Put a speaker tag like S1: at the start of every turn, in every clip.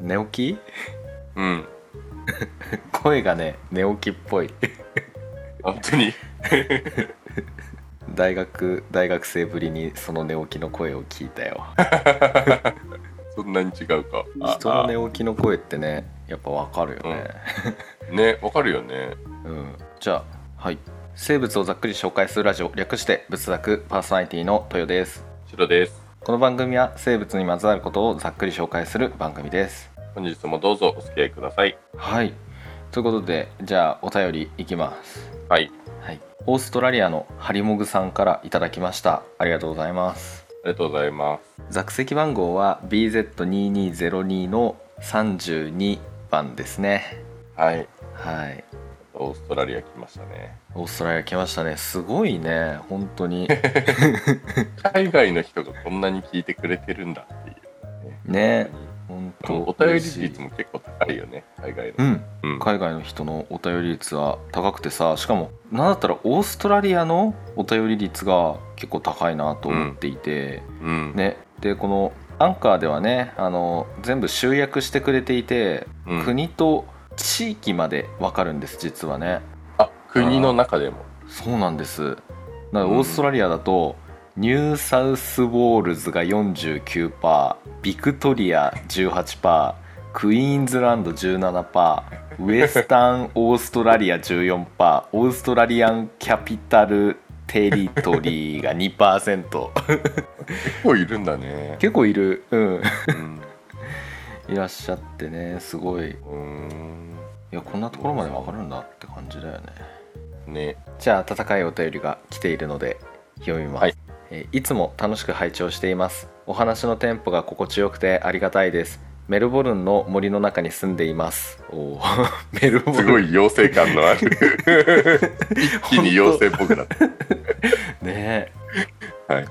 S1: 寝起き
S2: うん
S1: 声がね寝起きっぽい
S2: 本当に
S1: 大学大学生ぶりにその寝起きの声を聞いたよ
S2: そんなに違うかあ
S1: 人の寝起きの声ってねやっぱわかるよね、
S2: あねわかるよね
S1: うんじゃあはい生物をざっくり紹介するラジオ略して仏作パーソナリティの豊です
S2: 白です
S1: この番組は生物にまつわることをざっくり紹介する番組です
S2: 本日もどうぞお付き合いください
S1: はいということでじゃあお便りいきます
S2: はい
S1: はいオーストラリアのハリモグさんからいただきましたありがとうございます
S2: ありがとうございます
S1: 座席番号は BZ2202 の32番ですね
S2: はい
S1: はい
S2: オーストラリア来ましたね
S1: オーストラリア来ましたねすごいね本当 に
S2: 海外の人がこんなに聞いてくれてるんだっていうね
S1: ね本当
S2: お便り
S1: 嬉しい
S2: 率も結構高いよね海外の
S1: うん
S2: うん
S1: 海外の人のお便り率は高くてさしかもなんだったらオーストラリアのお便り率が結構高いなと思っていて、
S2: うん
S1: ねでこのアンカーではねあの全部集約してくれていて、
S2: うん
S1: 国と地域まで分かるんです実はね
S2: あ国の中でも
S1: そうなんですだから
S2: うん
S1: オーストラリアだと、ニューサウスウォールズが49%ビクトリア18%クイーンズランド17%ウェスタンオーストラリア14%オーストラリアンキャピタルテリトリーが2%
S2: 結構いるんだね
S1: 結構いる、うん、
S2: うん
S1: いらっしゃってねすごいう
S2: ーん
S1: いやこんなところまでわかるんだって感じだよね
S2: ね
S1: じゃあ温かいお便りが来ているので読みます、
S2: はい
S1: えーいつも楽しく拝聴していますお話のテンポが心地よくてありがたいですメルボルンの森の中に住んでいますおー メルボ
S2: す
S1: ル
S2: ご
S1: ン
S2: い妖精感のある 一気に妖精っぽくなった
S1: ねえ
S2: はい、
S1: はい、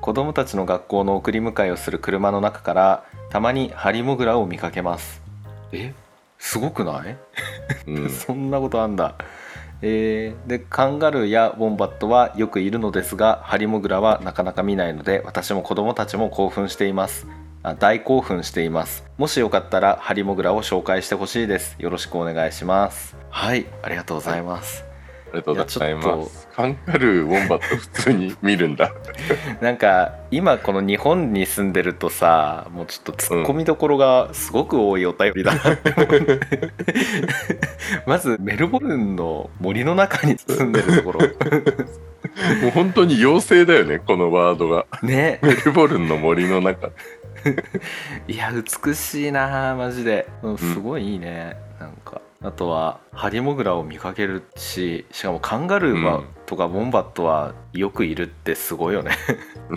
S1: 子供たちの学校の送り迎えをする車の中からたまにハリモグラを見かけますえすごくない
S2: う ん
S1: そんなことあんだ。えーでカンガルーやウォンバットはよくいるのですがハリモグラはなかなか見ないので私も子供たちも興奮していますあ大興奮していますもしよかったらハリモグラを紹介してほしいですよろしくお願いしますはいありがとうございます、
S2: ありがとうござい
S1: いやちょ
S2: ま
S1: っ
S2: す。カンガルー、ウォンバット、普通に見るんだ。
S1: なんか今この日本に住んでるとさもうちょっとツッコミどころがすごく多いお便りだなって思 って、まずメルボルンの森の中に住んでるとこ ろ
S2: もう本当に妖精だよね、このワードが。
S1: ね
S2: メルボルンの森の中。
S1: いや美しいなあマジで、うん、すごいいいね、なんかあとはハリモグラを見かけるししかもカンガルーは、
S2: うん
S1: とかウォンバットはよくいるってすごいよね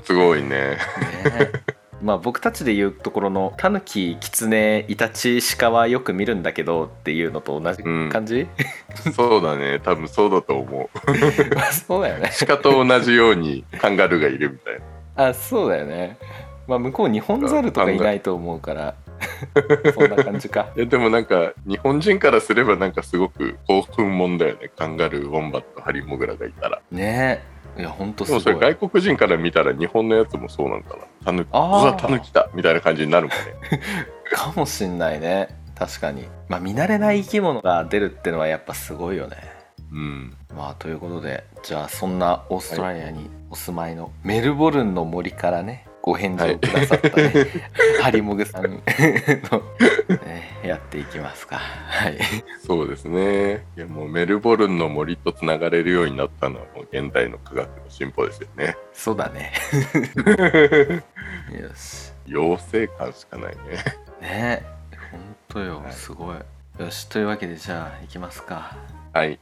S2: すごいね。
S1: ね まあ僕たちで言うところのタヌキキツネイタチシカはよく見るんだけどっていうのと同じ
S2: うん
S1: 感じ、
S2: そうだね、多分そうだと思う。
S1: まあそうだよね
S2: 鹿と同じようにカンガルーがいるみたいな。
S1: あそうだよねまあ向こうニホンザルとかいないと思うから そんな感じか
S2: いやでもなんか、日本人からすればなんかすごく興奮もんだよね。カンガルー、ウォンバット、ハリモグラがいたら。
S1: ねえいやほんと
S2: です
S1: ご
S2: も
S1: い
S2: それ外国人から見たら日本のやつもそうなんかな。タヌキ、う
S1: あー
S2: わ、タヌキだみたいな感じになるもんね。
S1: かもしんないね確かにまあ見慣れない生き物が出るってのはやっぱすごいよね
S2: うん。
S1: まあということでじゃあそんなオーストラリアにお住まいのメルボルンの森からねご返事をくださったね、 ハリモグさんの、ねやっていきますかはい
S2: そうですね。いやもうメルボルンの森とつながれるようになったのはもう現代の科学の進歩ですよね。
S1: そうだ ねよし
S2: 妖精感しかないね。
S1: ねほんとよ
S2: はい
S1: すごい、よしというわけでじゃあいきますか
S2: はい。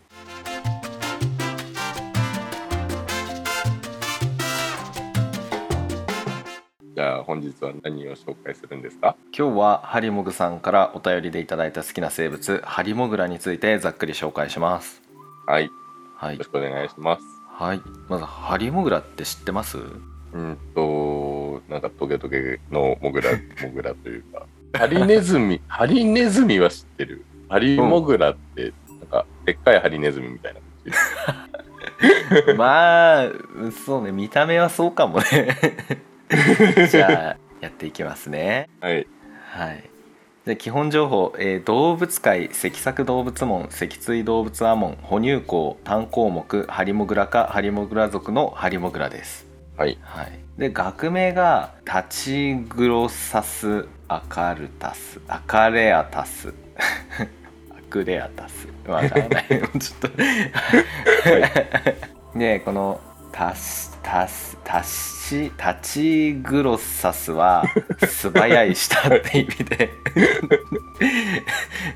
S2: じゃあ本日は何を紹介するんですか
S1: 今日はハリモグさんからお便りでいただいた好きな生物ハリモグラについてざっくり紹介します
S2: はい。よ
S1: はい
S2: ろしくお願いします。
S1: はいまずハリモグラって知ってます
S2: うんと、なんかトゲトゲのモグラ、モグラというか。ハリネズミ、ハリネズミは知ってる。ハリモグラって、なんか、でっかいハリネズミみたいな感じ。
S1: まあそうね見た目はそう かもねじゃあやっていきますね
S2: はい。
S1: はいで基本情報、えー動物界脊索動物門脊椎動物亜門哺乳綱単項目ハリモグラ科ハリモグラ属のハリモグラです
S2: はい
S1: はいで学名がタチグロサスアカルタスアカレアタス アクレアタスわからないもうちょっとでこのタシタシタシタチグロサスは素早い舌って意味で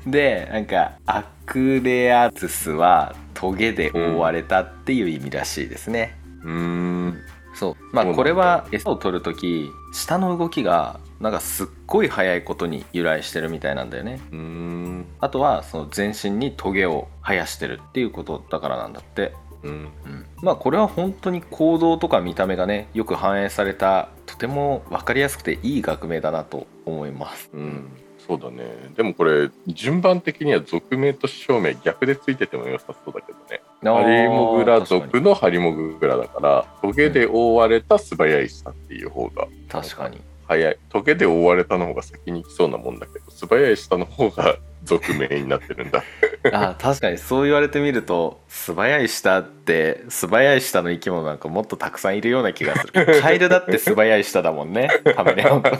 S1: でなんかアクレアツスはトゲで覆われたっていう意味らしいですね、
S2: うーん
S1: そうまあ
S2: そうなんだ
S1: これは餌を取る時下の動きがなんかすっごい速いことに由来してるみたいなんだよね
S2: うーん
S1: あとはその全身にトゲを生やしてるっていうことだからなんだって、
S2: うん
S1: うん、まあこれは本当に行動とか見た目がねよく反映されたとても分かりやすくていい学名だなと思います
S2: うんそうだねでもこれ順番的には属名と証明逆でついてても良さそうだけどねハリモグラ
S1: 族
S2: 族のハリモグラだからトゲで覆われた素早いさっていう方が
S1: 確かに
S2: 早いトゲで覆われたの方が先に来そうなもんだけど素早い下の方が 俗名になってるんだ
S1: あ確かにそう言われてみると素早い舌って素早い舌の生き物なんかもっとたくさんいるような気がす るカエルだって素早い舌だもんねカメレオンとか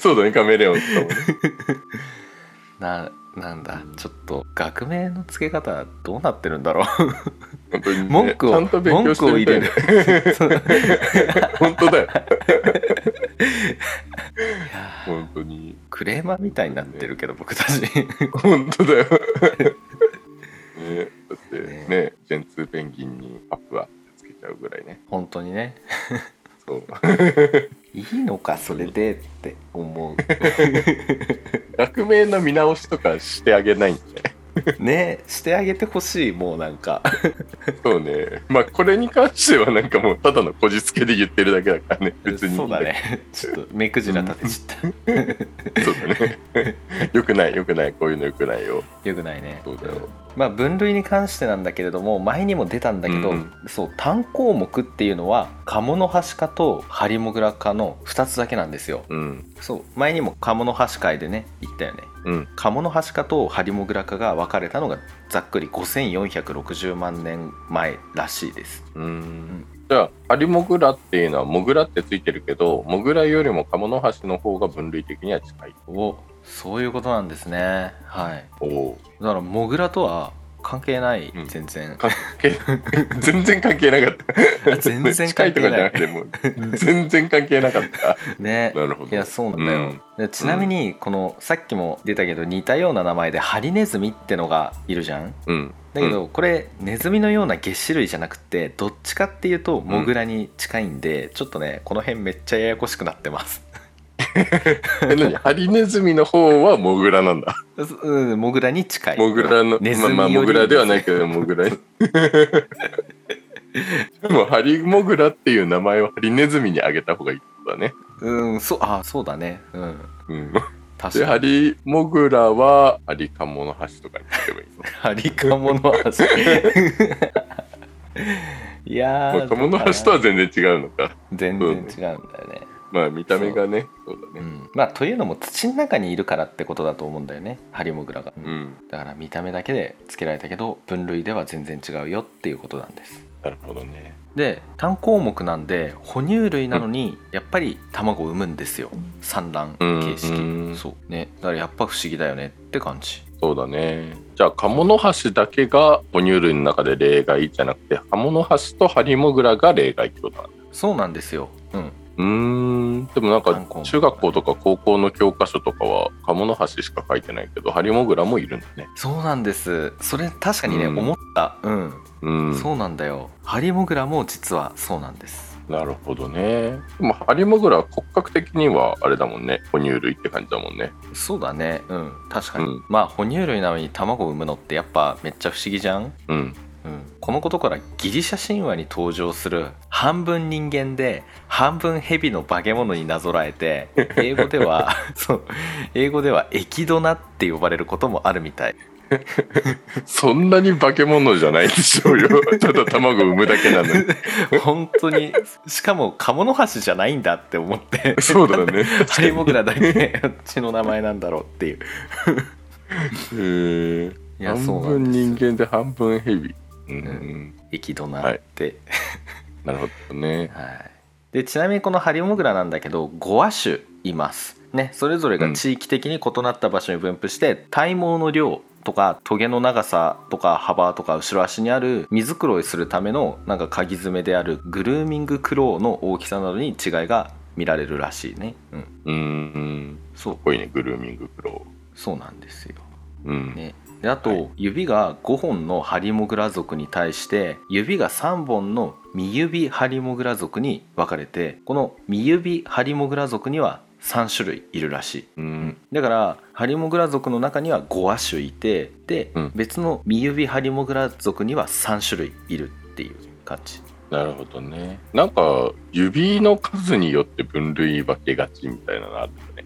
S2: そうだねカメレオンとかもね
S1: ななんだちょっと学名の付け方どうなってるんだろ
S2: 本当にね
S1: う文句
S2: ち
S1: を、
S2: ゃんと勉強
S1: 文
S2: して
S1: 句を入
S2: みた
S1: れ
S2: いね
S1: るそうい
S2: 本当だよ
S1: や
S2: 本当に
S1: クレーマーみたいになってるけど僕たち
S2: 本当 だよねだって
S1: ね
S2: ねジェンツーペンギンにアップはつけちゃうぐらいね
S1: 本当にね
S2: そう
S1: いいのかそれでって思
S2: 学名の見直しとかしてあげないんじゃないう
S1: ねしてあげてほしいもうなんか
S2: そうねまあこれに関してはなんかもうただのこじつけで言ってるだけだからね 別に
S1: そうだねちょっと目くじら立てちゃった
S2: そうだね よくないよくないこういうのよくないよ
S1: よくないね
S2: そうだよ
S1: まあ分類に関してなんだけれども前にも出たんだけど、
S2: うん
S1: そう単項目っていうのはカモノハシ科とハリモグラ科の2つだけなんですよ
S2: うん
S1: そう前にもカモノハシ会でね言ったよね
S2: うん
S1: カモノハシ科とハリモグラ科が分かれたのがざっくり5460万年前らしいです
S2: うんじゃあハリモグラっていうのはモグラってついてるけどモグラよりもカモノハシの方が分類的には近い
S1: おそういうことなんですねはい
S2: おお
S1: だからモグラとは関係ない、
S2: うん
S1: 全然
S2: 関係 全然関係なかった
S1: 全然関係ない
S2: 近いとかじゃなくてもう全然関係なかった
S1: ね
S2: なるほど
S1: いやそうなんだよ、でちなみにこのさっきも出たけど似たような名前でハリネズミってのがいるじゃん
S2: うん、うん
S1: だけどこれネズミのようなげっ歯類じゃなくてどっちかっていうとモグラに近いんでちょっとねこの辺めっちゃややこしくなってます
S2: え何ハリネズミの方はモグラなんだ
S1: うんモグラに近い
S2: モグラの、
S1: ネズ
S2: まあ
S1: ミ
S2: まあ、
S1: より
S2: モグラではないけど、モ グラ。でも、ハリモグラっていう名前をハリネズミにあげた方がいいってことだね。
S1: うんそうあそうだねうん
S2: うん、
S1: 確
S2: で、
S1: か
S2: ハ
S1: に
S2: リモグラは、ハリカモの橋とかにしてもいいの。
S1: ハリカモノ ハシいやー
S2: まあ、カモの橋とは全然違うのか。
S1: 全然違うんだよね、
S2: まあ、見た目がね、そう
S1: う
S2: だね。
S1: ん、まあというのも土の中にいるからってことだと思うんだよねハリモグラが、
S2: うん、
S1: だから見た目だけで付けられたけど分類では全然違うよっていうことなんです
S2: なるほどね。
S1: で単項目なんで哺乳類なのにやっぱり卵を産むんですよ産卵形式、
S2: うんうん
S1: そうねだからやっぱ不思議だよねって感じ
S2: そうだね。じゃあ、カモの橋だけが哺乳類の中で例外じゃなくて、カモの橋とハリモグラが例外ってことだ
S1: そうなんですようん
S2: うーんでもなん
S1: 観
S2: か
S1: 光
S2: 中学校とか高校の教科書とかはカモノハシしか書いてないけどハリモグラもいるんだね
S1: そうなんですそれ確かにね、
S2: うん
S1: 思ったうん、
S2: うん
S1: そうなんだよハリモグラも実はそうなんです
S2: なるほどねでもハリモグラは骨格的にはあれだもんね哺乳類って感じだもんね
S1: そうだねうん確かに、
S2: うん
S1: まあ哺乳類なのに卵を産むのってやっぱめっちゃ不思議じゃん
S2: うん
S1: このことからギリシャ神話に登場する半分人間で半分蛇の化け物になぞらえて 英語ではそう英語ではエキドナって呼ばれることもあるみたい
S2: そんなに化け物じゃないでしょうよ。 ただ卵産むだけなの に。
S1: 本当にしかもカモノハシじゃないんだって思って
S2: そうだ よね。
S1: ハリモグラだ けうちの名前なんだろうっていう
S2: へえ
S1: いや
S2: 半
S1: そうなんで
S2: 分
S1: す
S2: 人間で半分ヘビ。うん。
S1: 駅ドナって、
S2: なるほどね。
S1: はい、でちなみにこのハリオモグラなんだけど5亜種います、ね、それぞれが地域的に異なった場所に分布して、体毛の量とかトゲの長さとか幅とか後ろ足にある水黒いするためのなんか鍵爪であるグルーミングクローの大きさなどに違いが見られるらしいね、うん、
S2: うん。
S1: そう
S2: 濃いね、グルーミング苦労。
S1: そうなんですよ
S2: うん。
S1: ね、であと、
S2: はい
S1: 指が5本のハリモグラ族に対して指が3本のミユビハリモグラ族に分かれてこのミユビハリモグラ族には3種類いるらしい
S2: うん。
S1: だからハリモグラ族の中には5亜種いてで、
S2: うん
S1: 別のミユビハリモグラ族には3種類いるっていう感じ
S2: なるほどね。なんか、指の数によって分類分けがちみたいなのあるよね。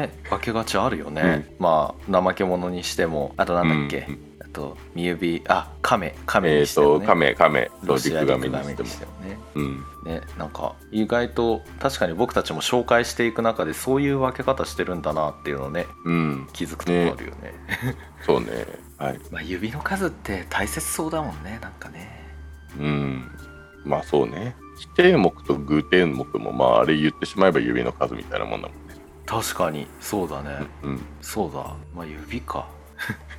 S1: ね分けがちあるよね、まあ怠け者にしてもあとなんだっけ、
S2: う
S1: あとミユビあカメカメ
S2: え
S1: に
S2: っ
S1: しても、
S2: と、
S1: ね
S2: カメ、カメ、
S1: ロ
S2: と
S1: シ
S2: リ
S1: ア
S2: ク
S1: リ
S2: ガ
S1: ク
S2: メに
S1: ガメ
S2: して
S1: に
S2: も
S1: し。てもね
S2: うん。
S1: ね、なんか意外と確かに僕たちも紹介していく中でそういう分け方してるんだなっていうのをね
S2: うん。
S1: 気づくところあるよね
S2: そうね。はい。
S1: まあ指の数って大切そうだもんねなんかね
S2: うん。まあそうね。非定目と偶定目も、まああれ言ってしまえば指の数みたいなもんだもんね。
S1: 確かにそうだね、
S2: うん。
S1: そうだまあ指か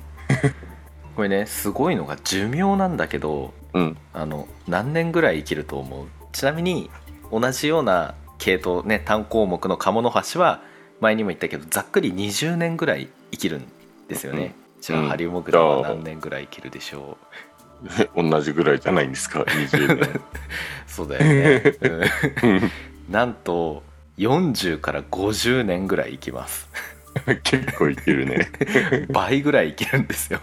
S1: これねすごいのが寿命なんだけど
S2: うん。
S1: あの何年ぐらい生きると思うちなみに同じような系統ね単項目のカモノハシは前にも言ったけどざっくり20年ぐらい生きるんですよね、じゃあ
S2: うん
S1: ハリウモグラは何年ぐらい生きるでしょ
S2: 同じぐらいじゃないんですか、20
S1: う、そうだよね、
S2: 年。
S1: うんなんと40から50年ぐらい生きます
S2: 結構いけるね。
S1: 倍ぐらい生きるんですよ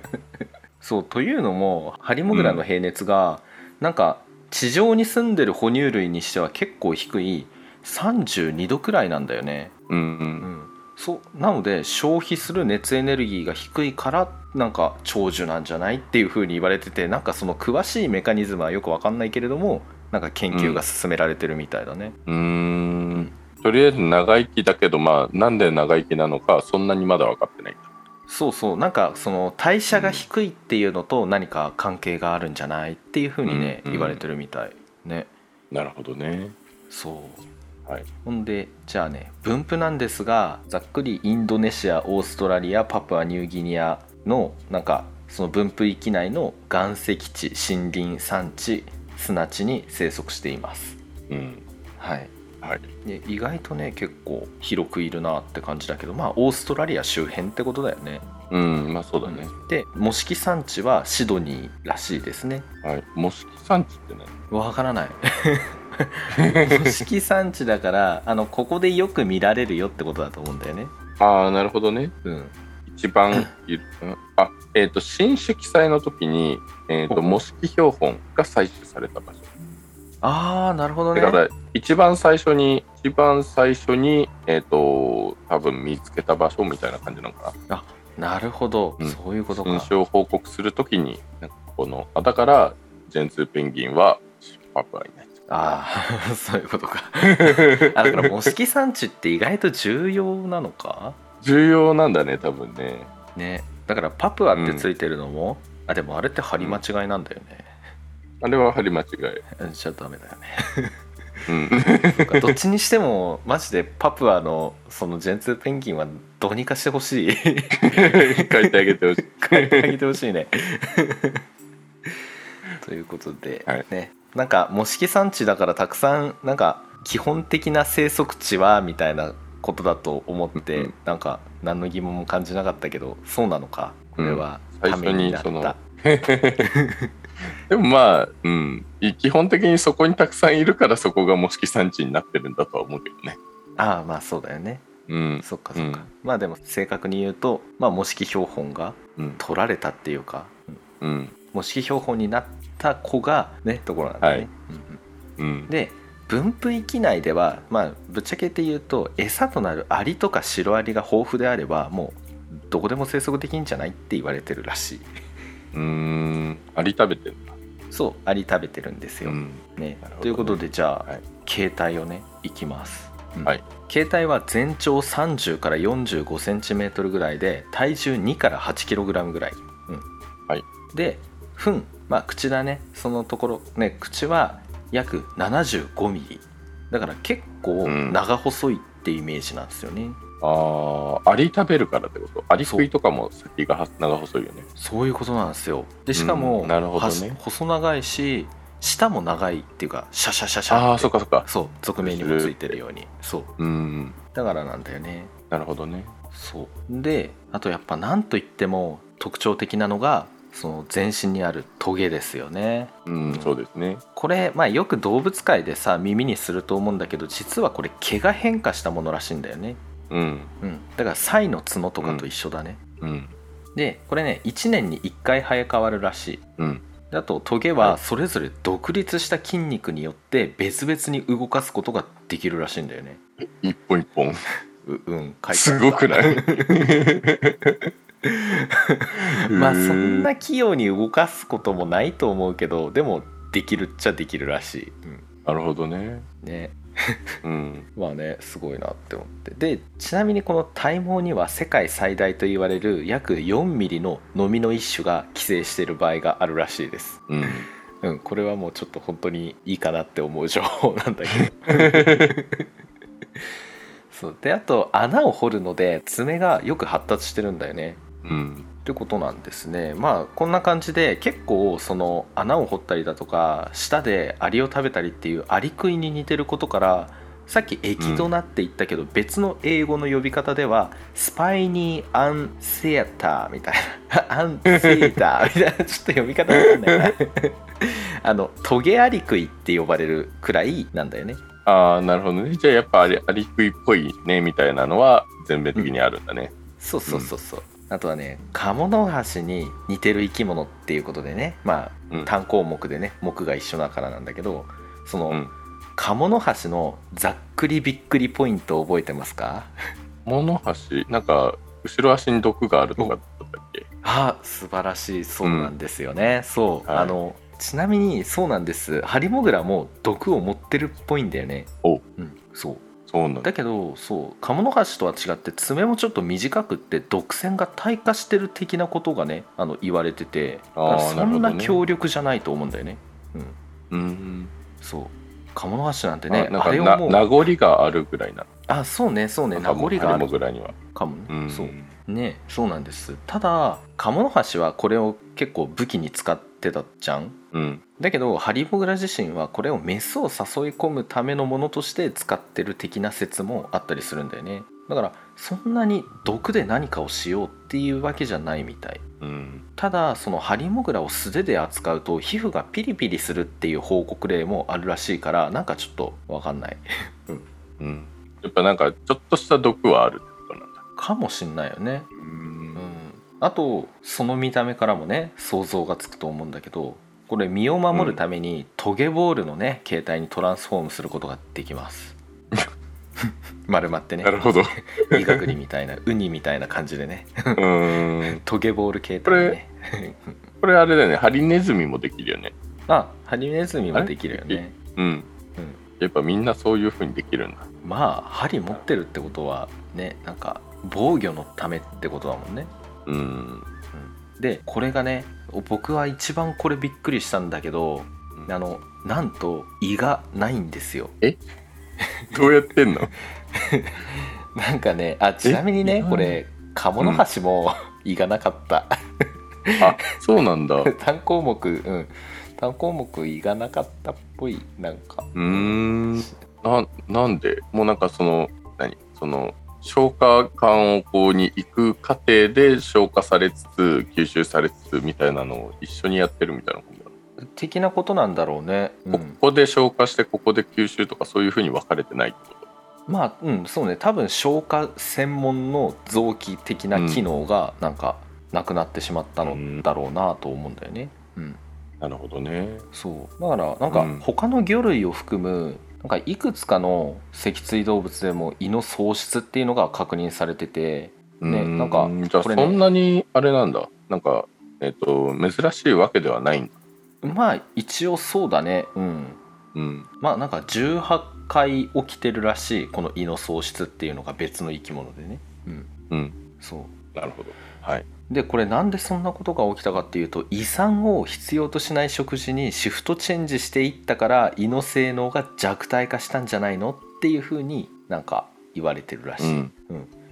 S1: そうというのもハリモグラの平熱が、なんか地上に住んでる哺乳類にしては結構低い32度くらいなんだよね
S2: うん。
S1: そうなので消費する熱エネルギーが低いからなんか長寿なんじゃないっていう風に言われててなんかその詳しいメカニズムはよくわかんないけれどもなんか研究が進められてるみたいだね、
S2: うーん。とりあえず長生きだけど、まあなんで長生きなのか、そんなにまだ分かってない。
S1: そうそうなんかその代謝が低いっていうのと何か関係があるんじゃないっていう風にね、
S2: うん
S1: 言われてるみたいね
S2: なるほどね。
S1: そう、
S2: はい
S1: ほんでじゃあね分布なんですがざっくりインドネシアオーストラリアパプアニューギニアのなんかその分布域内の岩石地森林山地砂地に生息しています
S2: うん。
S1: はい
S2: はい。
S1: で意外とね結構広くいるなって感じだけどまあオーストラリア周辺ってことだよね
S2: うん、まあそうだね。
S1: でモシキ山地はシドニーらしいですね
S2: はい。モスキ産地ってね。
S1: わから ないモシキ山地だからあのここでよく見られるよってことだと思うんだよね
S2: ああ、なるほどね。
S1: うん
S2: 一番いる、うんあ、えっ、と、新種記載の時に、えっ、と、
S1: ほう
S2: モスキ標本が採取された場所。
S1: ああなるほどね
S2: だから、一番最初に、一番最初に、えっ、と、多分見つけた場所みたいな感じなのか
S1: なるほど、
S2: うん
S1: そういうこと
S2: な。
S1: か
S2: 新種を報告するときに、なんかこの、あ、だから、ジェンツーペンギンは、パプアいない。
S1: ああ そういうことかあだからモシキ山地って意外と重要なのか
S2: 重要なんだね、多分ね。
S1: ねだからパプアってついてるのも、あでもあれって貼り間違いなんだよね、
S2: あれは張り間違い。
S1: うん、じゃあダメだよね
S2: うん。
S1: そうかどっちにしてもマジでパプアのそのジェンツーペンギンはどうにかしてほ しい
S2: 書いてあげてほしい。
S1: 変えてあげてほしいね ということで、
S2: はい
S1: ねなんかモシキ産地だからたくさんなんか基本的な生息地はみたいなことだと思って、
S2: うんうん
S1: なんか何の疑問も感じなかったけどそうなのかこれは
S2: うん
S1: ためになった、
S2: 最初にそのでもまあ、うん、い基本的にそこにたくさんいるからそこが模式産地になってるんだとは思うけどね。
S1: ああまあそうだよね
S2: うん、
S1: そっかそっか、
S2: うん
S1: まあでも正確に言うと、まあ、模式標本が
S2: うん、
S1: 取られたっていうか、うん
S2: うん、
S1: 模式標本になった子がねところなんだよね、
S2: はい
S1: うんうん
S2: うん。
S1: で分布域内ではまあぶっちゃけて言うと餌となるアリとかシロアリが豊富であればもうどこでも生息できんじゃないって言われてるらしい
S2: うんアリ食べてるんだ
S1: そうアリ食べてるんですよ、
S2: うん
S1: ね
S2: なるほどね
S1: ということでじゃあ、
S2: はい
S1: 携帯をねいきます、うん
S2: はい
S1: 携帯は全長30から4 5トルぐらいで体重2から8キログラムぐらい、うん
S2: はい
S1: で糞まあ口だねそのところね口は約7 5ミリだから結構
S2: うん
S1: 長細いってイメージなんですよね、
S2: ああアリ食べるからってことアリ食いとかも先がは長細いよね
S1: そういうことなんですよでしかも、
S2: うんなるほどね
S1: は細長いし舌も長いっていうかシャシャシャシャって
S2: ああそっかそっか
S1: そう俗名にもついてるようにそう
S2: うん
S1: だからなんだよね
S2: なるほどね
S1: そうであとやっぱなんといっても特徴的なのがその全身にあるトゲですよね
S2: うん、そうですね
S1: これ、まあ、よく動物界でさ耳にすると思うんだけど実はこれ毛が変化したものらしいんだよね、
S2: うん
S1: うん、だからサイの角とかと一緒だね、
S2: うん
S1: でこれね1年に1回生え変わるらしい
S2: うん
S1: であとトゲ
S2: は
S1: はいそれぞれ独立した筋肉によって別々に動かすことができるらしいんだよね
S2: 一本一本
S1: ううん書いてあった
S2: すごくない
S1: まあそんな器用に動かすこともないと思うけどでもできるっちゃできるらしい、
S2: なるほどね
S1: ね
S2: うん
S1: まあねすごいなって思ってでちなみにこの体毛には世界最大と言われる約4ミリのノミの一種が寄生している場合があるらしいです
S2: うん
S1: うんこれはもうちょっと本当にいいかなって思う情報なんだけどそうであと穴を掘るので爪がよく発達してるんだよね
S2: うん
S1: ってことなんですねまあこんな感じで結構その穴を掘ったりだとか舌でアリを食べたりっていうアリ食いに似てることからさっき「エドナって言ったけど、別の英語の呼び方ではスパイニーアンセーターみたいな アンセーターみたいなちょっと呼び方わかんないなあのトゲアリ食いって呼ばれるくらいなんだよね
S2: ああなるほどねじゃあやっぱアリアリ食いっぽいねみたいなのは全面的にあるんだね、
S1: そうそうそうそう、あとはねカモノハシに似てる生き物っていうことでねまあ
S2: うん
S1: 単項目でね目が一緒だからなんだけどその、
S2: うん
S1: カモノハシのざっくりびっくりポイント覚えてますか
S2: 物橋なんか後ろ足に毒があるとかだったっけ
S1: あ素晴らしいそうなんですよね、そう、
S2: はい
S1: あのちなみにそうなんですハリモグラも毒を持ってるっぽいんだよねう
S2: お
S1: ん、そう
S2: そうなんだ
S1: だけどそうカモノハシとは違って爪もちょっと短くって毒腺が退化してる的なことがねあの言われててだから
S2: あー
S1: そ
S2: なるほ
S1: ん
S2: ど
S1: な
S2: ね
S1: 強力じゃないと思うんだよね
S2: うん
S1: そうカモノハシなんて
S2: あ
S1: ね
S2: なん
S1: あ
S2: か
S1: れを
S2: な
S1: もう
S2: 名残があるぐらいな
S1: あそうねそうね名
S2: 多分
S1: 残があ
S2: ハリモ
S1: る
S2: グラには
S1: かもね、
S2: うん
S1: そうねそうなんですただカモノハシはこれを結構武器に使ってたじゃん
S2: うん
S1: だけどハリボグラ自身はこれをメスを誘い込むためのものとして使ってる的な説もあったりするんだよねだからそんなに毒で何かをしようっていうわけじゃないみたい
S2: うん
S1: ただそのハリモグラを素手で扱うと皮膚がピリピリするっていう報告例もあるらしいからなんかちょっとわかんない
S2: うんやっぱなんかちょっとした毒はあるってことなんだ
S1: かもしんないよね
S2: う
S1: うんんあとその見た目からもね想像がつくと思うんだけどこれ身を守るためにトゲボールのね携帯にトランスフォームすることができます 丸まってね
S2: なるほどう
S1: イガグリみたいなウニみたいな感じでね
S2: ーん
S1: トゲボール携帯にね
S2: これあれだよねハリネズミもできるよね
S1: あハリネズミもできるよね
S2: うん、
S1: うん
S2: やっぱみんなそういうふうにできるんだ
S1: まあ針持ってるってことはねなんか防御のためってことだもんね
S2: うん
S1: でこれがね僕は一番これびっくりしたんだけど
S2: うん
S1: あのなんと胃がないんですよ
S2: どうやってんの
S1: なんかねあちなみに
S2: え
S1: ね
S2: なん
S1: これカモノハシも胃がなかった
S2: あそうなんだう
S1: 単項目うん単項目胃がなかったっぽいなんか
S2: ーんななんでもうなんかその何その消化管をこうに行く過程で消化されつつ吸収されつつみたいなのを一緒にやってるみたいなことなの
S1: 的なことなんだろうね、う
S2: こ
S1: ん
S2: こで消化してここで吸収とかそういうふうに分かれてないってこと
S1: まあうんそうね多分消化専門の臓器的な機能がなんかなくなってしまったのだろうなと思うんだよねうん
S2: なるほどね
S1: そうだからなん
S2: う
S1: か
S2: ん
S1: 他の魚類を含むなんかいくつかの脊椎動物でも胃の喪失っていうのが確認されててねなんか
S2: うじゃあ
S1: これね
S2: そんなにあれなんだなんかえっ、と珍しいわけではないんだ
S1: まあ一応そうだねうん
S2: うん
S1: まあなんか18回起きてるらしいこの胃の喪失っていうのが別の生き物でねうん
S2: うん
S1: そう
S2: なるほどはい
S1: でこれなんでそんなことが起きたかっていうと胃酸を必要としない食事にシフトチェンジしていったから胃の性能が弱体化したんじゃないのっていうふうになんか言われてるらし
S2: う
S1: い、
S2: ん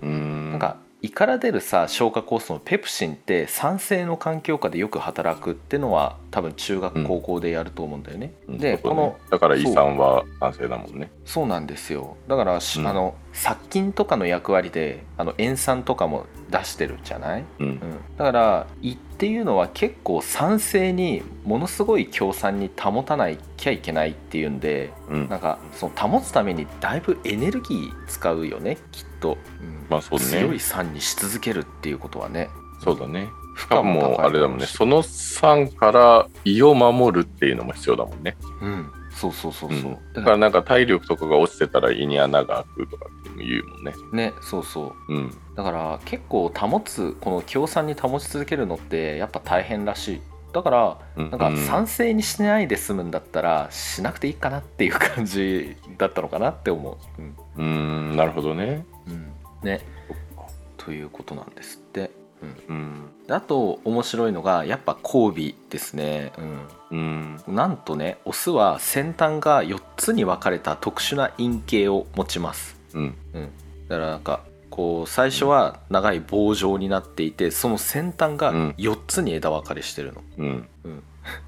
S2: うん
S1: なんか胃から出るさ消化酵素のペプシンって酸性の環境下でよく働くってのは多分中
S2: う
S1: 学
S2: ん
S1: 高校でやると思うんだよね、
S2: うん
S1: で
S2: そう
S1: こ
S2: だね
S1: の
S2: だから遺産は男性だもんね
S1: そうなんですよだからし、
S2: うん
S1: あの殺菌とかの役割であの塩酸とかも出してるじゃない、
S2: うん
S1: うん、だから胃っていうのは結構酸性にものすごい強酸に保たないきゃいけないっていうんで
S2: うん
S1: なんかその保つためにだいぶエネルギー使うよねきっと、うん
S2: まあそうだ
S1: 強
S2: ね
S1: い酸にし続けるっていうことはね
S2: そうだね
S1: 負
S2: しかもあれだもんねその酸から胃を守るっていうのも必要だもんね
S1: うんそうそうそうそう、
S2: うんだからなんか体力とかが落ちてたら胃に穴が開くとかっていうのも言うもんね
S1: ねそうそう
S2: うん
S1: だから結構保つこの強酸に保ち続けるのってやっぱ大変らしいだから
S2: うん
S1: なんか
S2: うん
S1: 酸性にしないで済むんだったらしなくていいかなっていう感じだったのかなって思う、うん
S2: うーんなるほどね
S1: うんね
S2: そっか
S1: ということなんですって
S2: うん
S1: であと面白いのがやっぱ交尾ですね、
S2: うん
S1: うん、なんとねオスは先端が4つに分かれた特殊な陰茎を持ちます
S2: うん
S1: だからなんかこう最初は長い棒状になっていてその先端が
S2: うん
S1: 4つに枝分かれしてるの、
S2: うん
S1: うん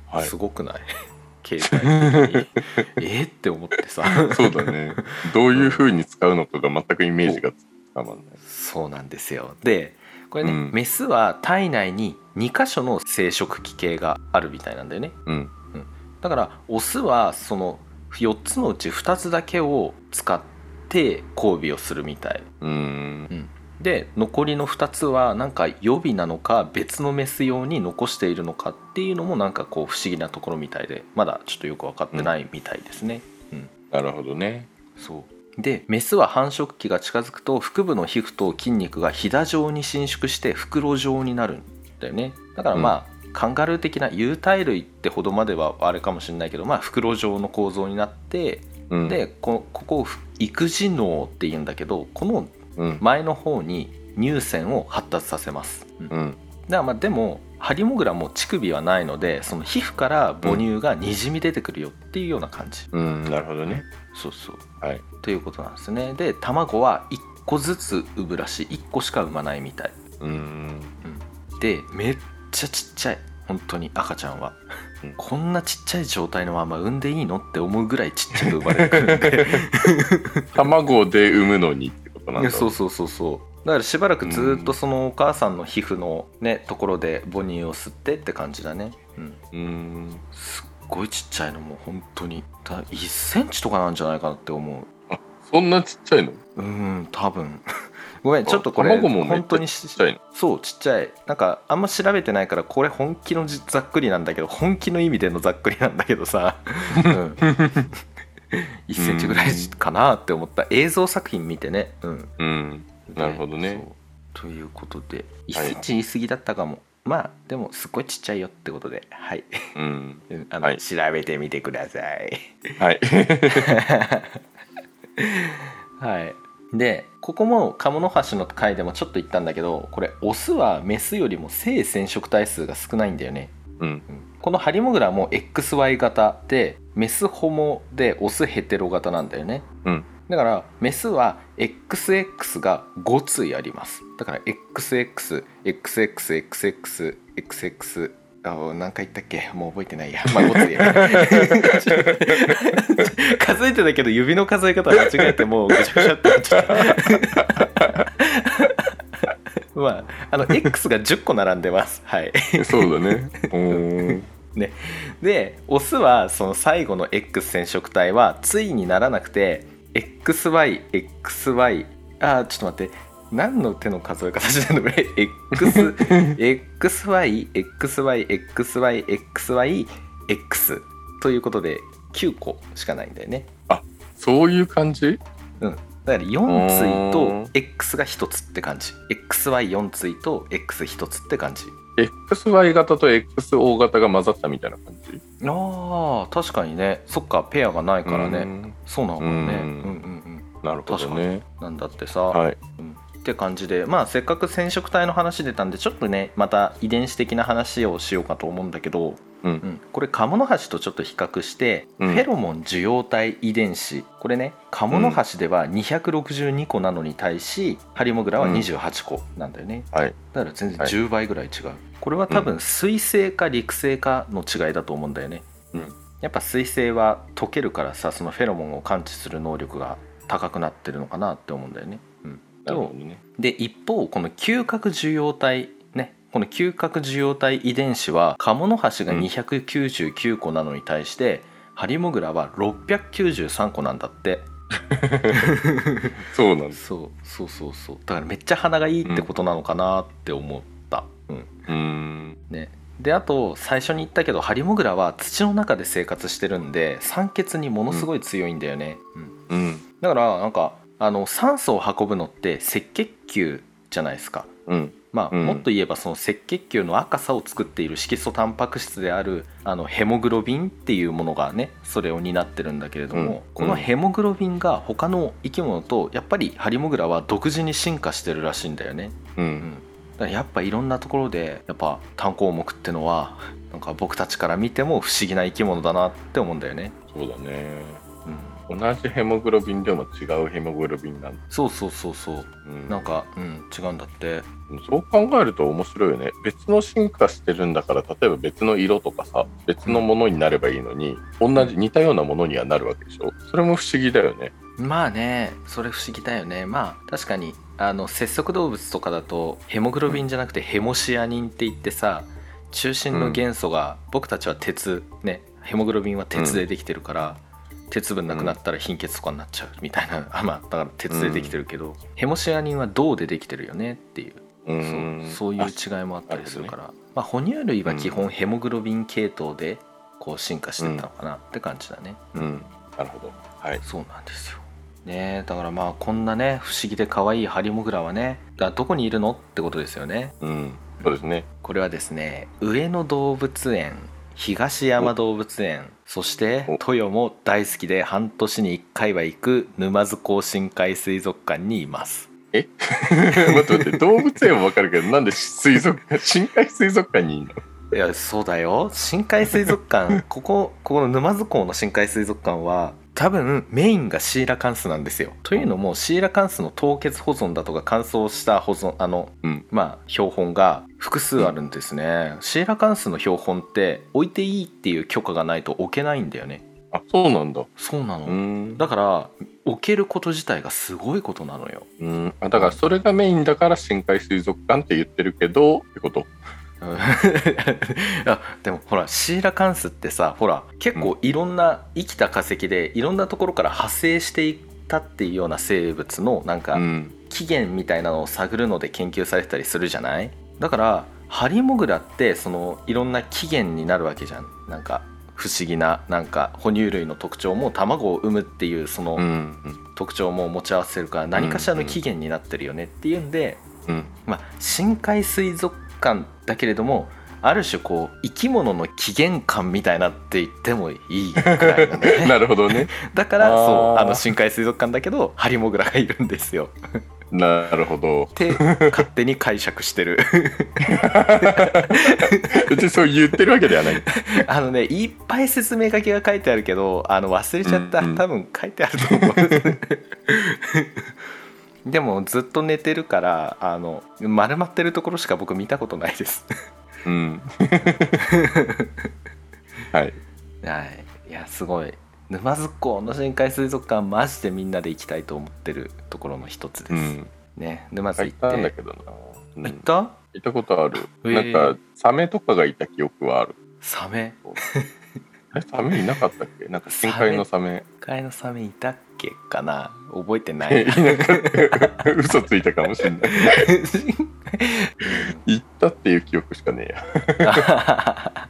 S2: はい
S1: すごくない 携 帯的にえーって思ってさ
S2: そうだね。どういう風に使うのかが全くイメージがつかまんない。
S1: そうなんですよでこれね、
S2: うん
S1: メスは体内に2箇所の生殖器系があるみたいなんだよね
S2: うん。
S1: だからオスはその4つのうち2つだけを使って交尾をするみたいう
S2: ーん。
S1: で残りの2つはなんか予備なのか別のメス用に残しているのかっていうのもなんかこう不思議なところみたいでまだちょっとよく分かってないみたいですね。
S2: なるほどね。
S1: そうでメスは繁殖期が近づくと腹部の皮膚と筋肉がひだ状に伸縮して袋状になるんだよねだからまあ、カンガルー的な有袋類ってほどまではあれかもしれないけどまあ袋状の構造になって
S2: うん、
S1: でこここを育児脳って言うんだけどこの
S2: うん。
S1: 前の方に乳腺を発達させます、うんだか
S2: うん。
S1: らまあでもハリモグラも乳首はないのでその皮膚から母乳がにじみ出てくるよっていうような感じ、
S2: うん。なるほどね。
S1: そうそう
S2: はい。
S1: ということなんですねで卵は1個ずつ産むらしい1個しか産まないみたいう
S2: ーん。
S1: でめっちゃちっちゃい本当に赤ちゃんは、
S2: うん
S1: こんなちっちゃい状態のまま産んでいいのって思うぐらいちっちゃく生まれてくるんで
S2: 卵で産むのにってことなん
S1: い
S2: だ。
S1: やそうそうそうそうだからしばらくずっとそのお母さんの皮膚のねところで母乳を吸ってって感じだねうん
S2: うーん。
S1: すっごいちっちゃいのもう本当にただ1センチとかなんじゃないかなって思
S2: そんなちっちゃいのち
S1: ううん多分 ごめん
S2: あ
S1: ちょっとこれ
S2: 卵もめっちゃ
S1: 本当にし
S2: っちゃいの
S1: そうちっちゃいなんかあんま調べてないからこれ本気のじざっくりなんだけど本気の意味でのざっくりなんだけどさ、うん、1センチぐらいかなって思った映像作品見てねうん
S2: うん。なるほどね
S1: そう。ということで、1
S2: はい
S1: センチ言い過ぎだったかも。まあ、でも、すっごいちっちゃいよってことで、はい。
S2: うん。
S1: うんあの
S2: はい
S1: 調べてみてください。
S2: はい。
S1: はい。で、ここも、カモノハシの回でもちょっと言ったんだけど、これ、オスはメスよりも性染色体数が少ないんだよね。
S2: うん。
S1: このハリモグラも XY 型でメスホモでオスヘテロ型なんだよね、
S2: うん
S1: だからメスは XX が5対ありますだから XXXXXXXX あ何回言ったっけもう覚えてないや、まあ、5対 や数えてたけど指の数え方間違えてもうぐちゃぐちゃってなっちゃったまああの X が10個並んでますはい
S2: そうだね。うーん。
S1: でオスはその最後の X 染色体はついにならなくて XYXY あーちょっと待って何の手の数え方してんのこれ XXYXYXYXYX ということで9個しかないんだよね
S2: そういう感じ
S1: うん、だから4対と X が1つって感じ XY4 対と X1 つって感じ
S2: XY 型と XO 型が混ざったみたいな感じ
S1: あー確かにねそっかペアがないからね、
S2: ね
S1: そうなのかもねう
S2: うん
S1: うん
S2: ん
S1: うん
S2: なるほどね
S1: なんだってさ、
S2: はい
S1: って感じでまあせっかく染色体の話出たんでちょっとねまた遺伝子的な話をしようかと思うんだけど、
S2: うん
S1: これカモノハシとちょっと比較して、
S2: う
S1: フ
S2: ん
S1: ェロモン受容体遺伝子これねカモノハシでは262個なのに対し、ハリモグラは28個なんだよね、
S2: はい
S1: だから全然
S2: はい
S1: 10倍ぐらい違う、これは多分水性か陸性かの違いだと思うんだよね、
S2: うん
S1: やっぱ水性は溶けるからさそのフェロモンを感知する能力が高くなってるのかなって思うんだよね、うん、
S2: なるほどね
S1: で一方この嗅覚受容体ねこの嗅覚受容体遺伝子はカモノハシが
S2: うん
S1: 299個なのに対して、ハリモグラは693個なんだって
S2: そうなんです
S1: そうそうそうそうだからめっちゃ鼻がいいってことなのかなって思った、うん、
S2: うーん
S1: ねであと最初に言ったけどハリモグラは土の中で生活してるんで酸欠にものすごい強いんだよね、うん、
S2: うん
S1: だからなんかあの酸素を運ぶのって赤血球じゃないですか
S2: うん
S1: まあ
S2: うん
S1: もっと言えばその赤血球の赤さを作っている色素タンパク質であるあのヘモグロビンっていうものがねそれを担ってるんだけれども、
S2: うん
S1: このヘモグロビンが他の生き物とやっぱりハリモグラは独自に進化してるらしいんだよね。
S2: う
S1: うんんだからやっぱいろんなところでやっぱ単項目ってのはなんか僕たちから見ても不思議な生き物だなって思うんだよね。
S2: そうだね
S1: うん、
S2: 同じヘモグロビンでも違うヘモグロビンなんだ、
S1: そうそうそうそう
S2: うん
S1: なんか、うん、違うんだって
S2: そう考えると面白いよね別の進化してるんだから例えば別の色とかさ別のものになればいいのに同じ似たようなものにはなるわけでしょそれも不思議だよね
S1: まあねそれ不思議だよねまあ確かにあの節足動物とかだとヘモグロビンじゃなくてヘモシアニンって言ってさ中心の元素が、僕たちは鉄ねヘモグロビンは鉄でできてるから、鉄分なくなったら貧血とかになっちゃうみたいな、 あまあだから鉄でできてるけど、ヘモシアニンは銅でできてるよねっていう
S2: うーん
S1: そうそういう
S2: あ
S1: 違いもあったりするからまあ、哺乳類は基本ヘモグロビン系統でこう進化してったのかなって感じだね。
S2: うんなるほどはい
S1: そうなんですよ。ねえだからまあこんなね不思議で可愛いハリモグラはねだからどこにいるのってことですよね。
S2: うんそうですね
S1: これはですね上野動物園東山動物園そして
S2: お
S1: 豊も大好きで半年に1回は行く沼津甲深海水族館にいます。
S2: 待って待って動物園はわかるけどなんで水族館深海水族館にいるの
S1: いやそうだよ深海水族 館ここここの沼津港の深海水族館は多分メインがシーラカンスなんですよ。というのもシーラカンスの凍結保存だとか乾燥した保存あの
S2: うん
S1: まあ、標本が複数あるんですね、シーラカンスの標本って置いていいっていう許可がないと置けないんだよね
S2: あそうなんだ
S1: そうなの、
S2: うん
S1: だから置けること自体がすごいことなのよ
S2: うんあだからそれがメインだから深海水族館って言ってるけどってこと
S1: うん あでもほらシーラカンスってさほら結構いろんな生きた化石でいろんなところから派生していったっていうような生物のなんか
S2: うん
S1: 起源みたいなのを探るので研究されてたりするじゃないだからハリモグラってそのいろんな起源になるわけじゃんなんか不思議ななんか哺乳類の特徴も卵を産むっていうその
S2: うん
S1: 特徴も持ち合わせるから何かしらの起源になってるよねっていうんで、
S2: うん
S1: まあ、深海水族館だけれどもある種こう生き物の起源感みたいなって言ってもいいくらいなんだ ね
S2: なるほどね
S1: だから
S2: あー
S1: そうあの深海水族館だけどハリモグラがいるんですよ。
S2: なるほど
S1: っ。て勝手に解釈してる
S2: 別にそう言ってるわけではない。
S1: あのねいっぱい説明書きが書いてあるけどあの忘れちゃった、
S2: うんうん
S1: 多分書いてあると思 うでもずっと寝てるからあの丸まってるところしか僕見たことないです
S2: うん。はい。
S1: はいいやすごい沼津港の深海水族館マジでみんなで行きたいと思ってるところの一つです、
S2: うん。
S1: ね沼津
S2: 行
S1: 行
S2: っ
S1: って
S2: たんだけどな。うん
S1: 行った
S2: 行ったことある。
S1: へえ
S2: なんかサメとかがいた記 憶はある。
S1: サメ
S2: えサメいなかったっけ？なんか深海のサメ。
S1: 深海のサメいたっけかな覚えてない いな
S2: なかった。嘘ついたかもしれない。行ったっていう記憶しかねえや。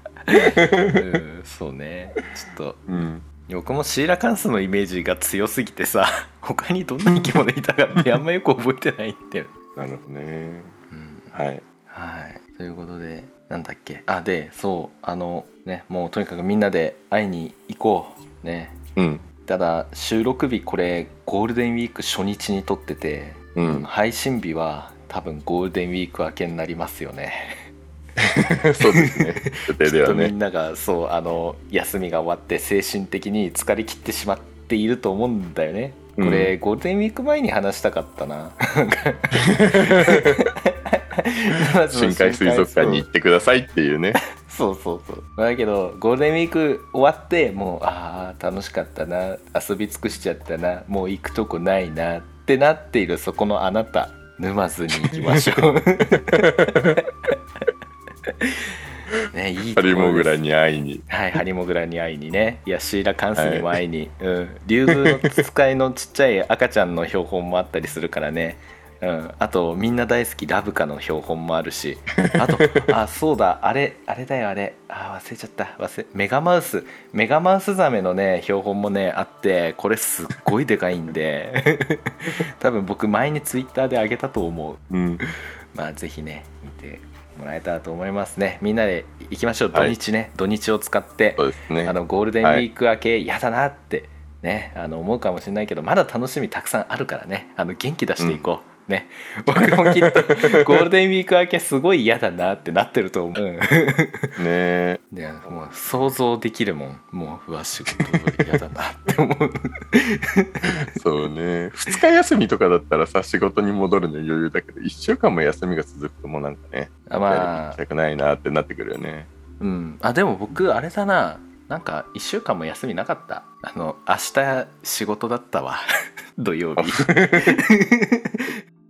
S1: うんそうねちょっと
S2: うん。
S1: 僕もシーラカンスのイメージが強すぎてさ他にどんな生き物いたかってあんまよく覚えてないんだよね、
S2: なるほどね。
S1: うん
S2: はい。
S1: はいということでなんだっけあでそうあのねもうとにかくみんなで会いに行こうね
S2: うん。
S1: ただ収録日これゴールデンウィーク初日に撮ってて
S2: うん。
S1: 配信日は多分ゴールデンウィーク明けになりますよね。
S2: そうですね。予定
S1: き
S2: で
S1: っと
S2: は
S1: み
S2: ね。
S1: んながそうあの休みが終わって精神的に疲れ切ってしまっていると思うんだよね。これ、ゴールデンウィーク前に話したか ったな。
S2: 深海水族館に行ってくださいっていうね。
S1: そうそうそうだけどゴールデンウィーク終わってもうああ楽しかったな遊び尽くしちゃったなもう行くとこないなってなっているそこのあなた沼津に行きましょ うねいいところです
S2: ハリモグラに会いに。
S1: はいハリモグラに会いにねいやシーラカンスにも会いに、うん、竜宮の使いのちっちゃい赤ちゃんの標本もあったりするからねうん、あとみんな大好きラブカの標本もあるしあとあそうだあれあれだよあれあ忘れちゃった忘れメガマウスメガマウスザメのね標本もねあってこれすっごいでかいんで多分僕前にツイッターであげたと思う
S2: うん。
S1: まあぜひね見てもらえたらと思いますねみんなで行きましょう土
S2: はい
S1: 日ね、土日を使って
S2: そうですね
S1: あ。のゴールデンウィーク明け嫌だなって、ね、あの思うかもしれないけどまだ楽しみたくさんあるからねあの元気出していこう、ね僕もきっとゴールデンウィーク明けすごい嫌だなってなってると思う、
S2: ね
S1: いやもう想像できるもんもううわ仕事嫌だなって 思う
S2: そうね。2日休みとかだったらさ、仕事に戻るの余裕だけど、1週間も休みが続くともうなんかね、
S1: あ
S2: 行
S1: まあ
S2: きたくないなってなってくるよね。
S1: うんあでも僕あれだななんか1週間も休みなかったあの明日仕事だったわ 土曜日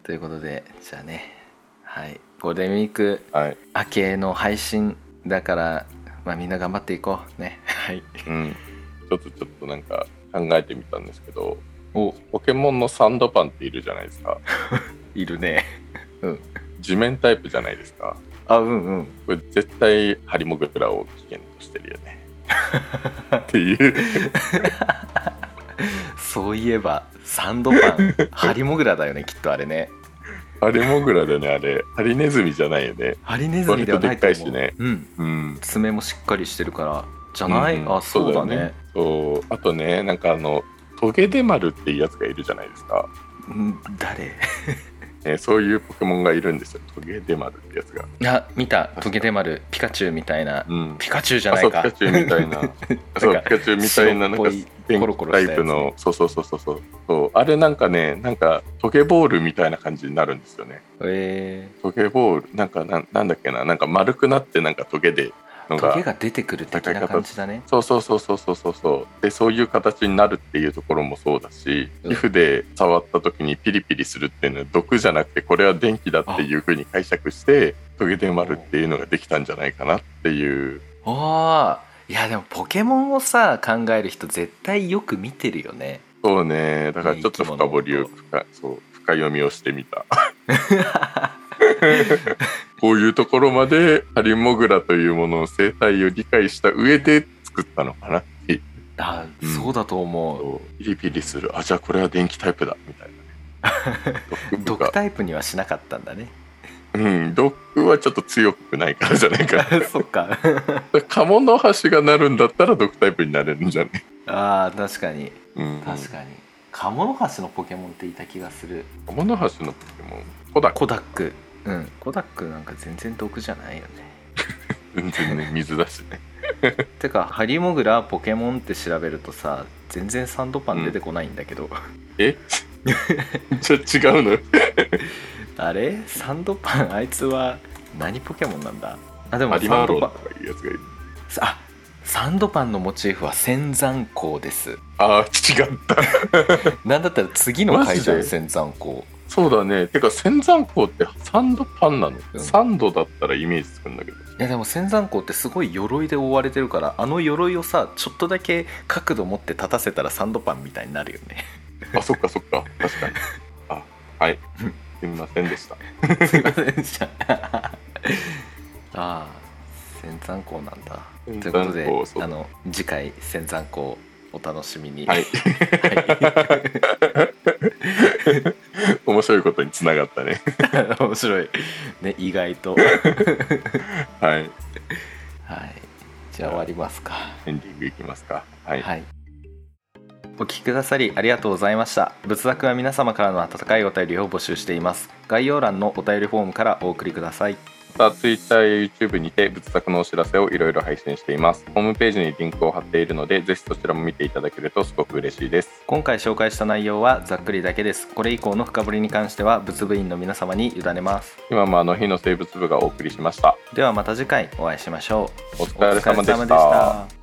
S1: ということでじゃあねはいゴールデンウィーク
S2: はい。
S1: 明けの配信だから、まあ、みんな頑張っていこうねはい
S2: うん。ちょっとちょっとなんか考えてみたんですけど、
S1: お
S2: ポケモンのサンドパンっているじゃないですか。
S1: いるね
S2: 地面タイプじゃないですか。
S1: あうんうん
S2: これ絶対ハリモグラを危険としてるよ ね。っていう。
S1: そういえばサンドパンハリモグラだよねきっとあれね
S2: ハリモグラだよね、あれ。ハリネズミじゃないよね。
S1: ハリネズミではないと思う
S2: 割とでっかいしね
S1: うん
S2: うん。
S1: 爪もしっかりしてるからじゃない、
S2: うん
S1: あそうだね
S2: そう。あとね、なんかあの、トゲデマルっていうやつがいるじゃないですか。
S1: うん誰
S2: ね、そういうポケモンがいるんですよ。トゲデマルってやつが。
S1: あ見たトゲデマルピカチュウみたいな
S2: うん。
S1: ピカチュウじゃ
S2: あ
S1: な
S2: そう
S1: い
S2: ピ
S1: か
S2: カチュウみたいなそうピ カチュウみたいななん
S1: 白っぽ
S2: か
S1: い
S2: 電
S1: コロコロ
S2: 気タ
S1: し
S2: イ
S1: たやつ
S2: プのそうそうそうそうそうそうあれなんかねなんかトゲボールみたいな感じになるんですよね
S1: え
S2: トゲボールなんかなんなんだっけななんか丸くなってなんかトゲでの
S1: ー、ト
S2: が
S1: ゲが出てくる的な感じだね
S2: そうそうそうそうそうそうそうでそういう形になるっていうところもそうだし
S1: うん
S2: 皮膚で触った時にピリピリするっていうのは毒じゃなくてこれは電気だっていうふうに解釈してトゲで丸っていうのができたんじゃないかなっていう
S1: あーいやでもポケモンをさ考える人絶対よく見てるよね
S2: そうねだからちょっと深掘り
S1: ね
S2: を深そう深読みをして みたこういうところまでハリモグラというものの生態を理解した上で作ったのかなっていう
S1: あー、
S2: うん
S1: そうだと思う
S2: ピリピリするあじゃあこれは電気タイプだみたいなね 毒
S1: 毒
S2: が
S1: タイプにはしなかったんだ ね
S2: うん毒はちょっと強くないからじゃな いか
S1: あそっか
S2: なカモの橋がなるんだったら毒タイプになれるんじゃない、
S1: あー確かに
S2: うん、
S1: 確かにカモノハシのポケモンっていた気がする
S2: カモの橋のポケモンコダック
S1: コダックうんコダックなんか全然毒じゃないよね
S2: 全然ね水だし ね
S1: てかハリモグラポケモンって調べるとさ全然サンドパン出てこないんだけど、
S2: えじゃあ違うの
S1: あれサンドパンあいつは何ポケモンなんだあでも
S2: アリマ
S1: サン
S2: ーロ
S1: ド
S2: ー
S1: パ
S2: と
S1: ン
S2: かいうやつがいる。
S1: あサンドパンのモチーフは仙山港です
S2: ああ、違った。
S1: なんだったら次の回じゃ
S2: マ
S1: ん
S2: ジで
S1: 仙山港
S2: そうだね。てか、仙山港ってサンドパンなの、
S1: うん
S2: サンドだったらイメージつくんだけど。
S1: いやでも仙山港ってすごい鎧で覆われてるからあの鎧をさちょっとだけ角度持って立たせたらサンドパンみたいになるよね
S2: あ、そっかそっか。確かに。あ、はい。すみませんでした。
S1: すいませんでしたあ あ仙山港なんだということで
S2: 仙山港そう
S1: あの次回仙山港お楽しみに、
S2: はい 面白いことにつながったね。
S1: はい 面白いね意外 と
S2: はい。
S1: はいじゃあ終わりますか
S2: エンディングいきますか。はい。
S1: はい。お聞きくださりありがとうございました。仏作は皆様からの温かいお便りを募集しています。概要欄のお便りフォームからお送りください。
S2: また Twitter や YouTube にて仏作のお知らせをいろいろ配信しています。ホームページにリンクを貼っているので、ぜひそちらも見ていただけるとすごく嬉しいです。
S1: 今回紹介した内容はざっくりだけです。これ以降の深掘りに関しては仏部員の皆様に委ねます。
S2: 今もあの日の生物部がお送りしました。
S1: ではまた次回お会いしましょう。
S2: お疲れ様で
S1: お疲れ様
S2: した。